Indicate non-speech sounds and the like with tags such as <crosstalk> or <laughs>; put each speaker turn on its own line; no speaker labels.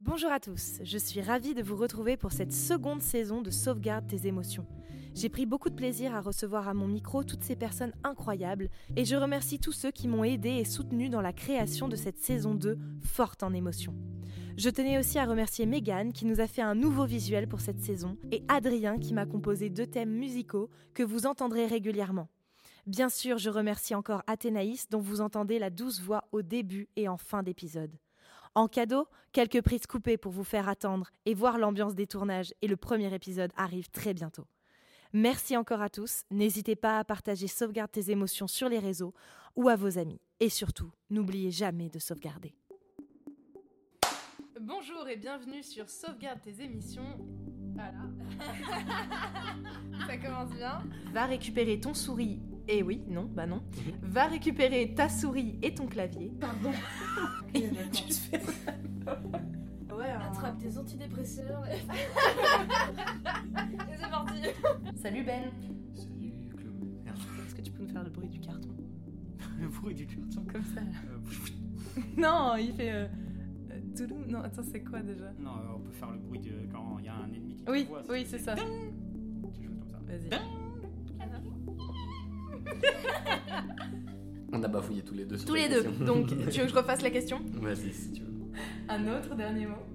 Bonjour à tous, je suis ravie de vous retrouver pour cette seconde saison de Sauvegarde tes émotions. J'ai pris beaucoup de plaisir à recevoir à mon micro toutes ces personnes incroyables et je remercie tous ceux qui m'ont aidé et soutenu dans la création de cette saison 2 forte en émotions. Je tenais aussi à remercier Megan qui nous a fait un nouveau visuel pour cette saison et Adrien qui m'a composé deux thèmes musicaux que vous entendrez régulièrement. Bien sûr, je remercie encore Athénaïs dont vous entendez la douce voix au début et en fin d'épisode. En cadeau, quelques prises coupées pour vous faire attendre et voir l'ambiance des tournages et le premier épisode arrive très bientôt. Merci encore à tous, n'hésitez pas à partager Sauvegarde tes émotions sur les réseaux ou à vos amis. Et surtout, n'oubliez jamais de sauvegarder.
Bonjour et bienvenue sur Sauvegarde tes émissions.
<laughs>
Voilà. Ça commence bien.
Va récupérer ton souris. Eh oui, non, bah non. Va récupérer ta souris et ton clavier.
Mhm. Pardon.
Tu te fais-
ouais, hein.
Attrape tes antidépresseurs et. et c'est parti
Salut Ben.
Salut Claude. Merde,
Est-ce que tu peux nous faire le bruit du carton
le bruit du carton.
Comme ça. là.
Euh,
<laughs> Non, il fait. Euh, euh, touloum. Non, attends, c'est quoi déjà
non, euh, on peut faire le bruit de quand il y a un ennemi qui te
Oui,
voit,
oui, c'est ça.
Quelque chose comme ça.
Vas-y.
On a bafouillé tous les deux. sur
Tous
la <laughs>
les deux.
question.
Donc, tu veux que je refasse la question
Vas-y si tu veux.
Un autre dernier mot.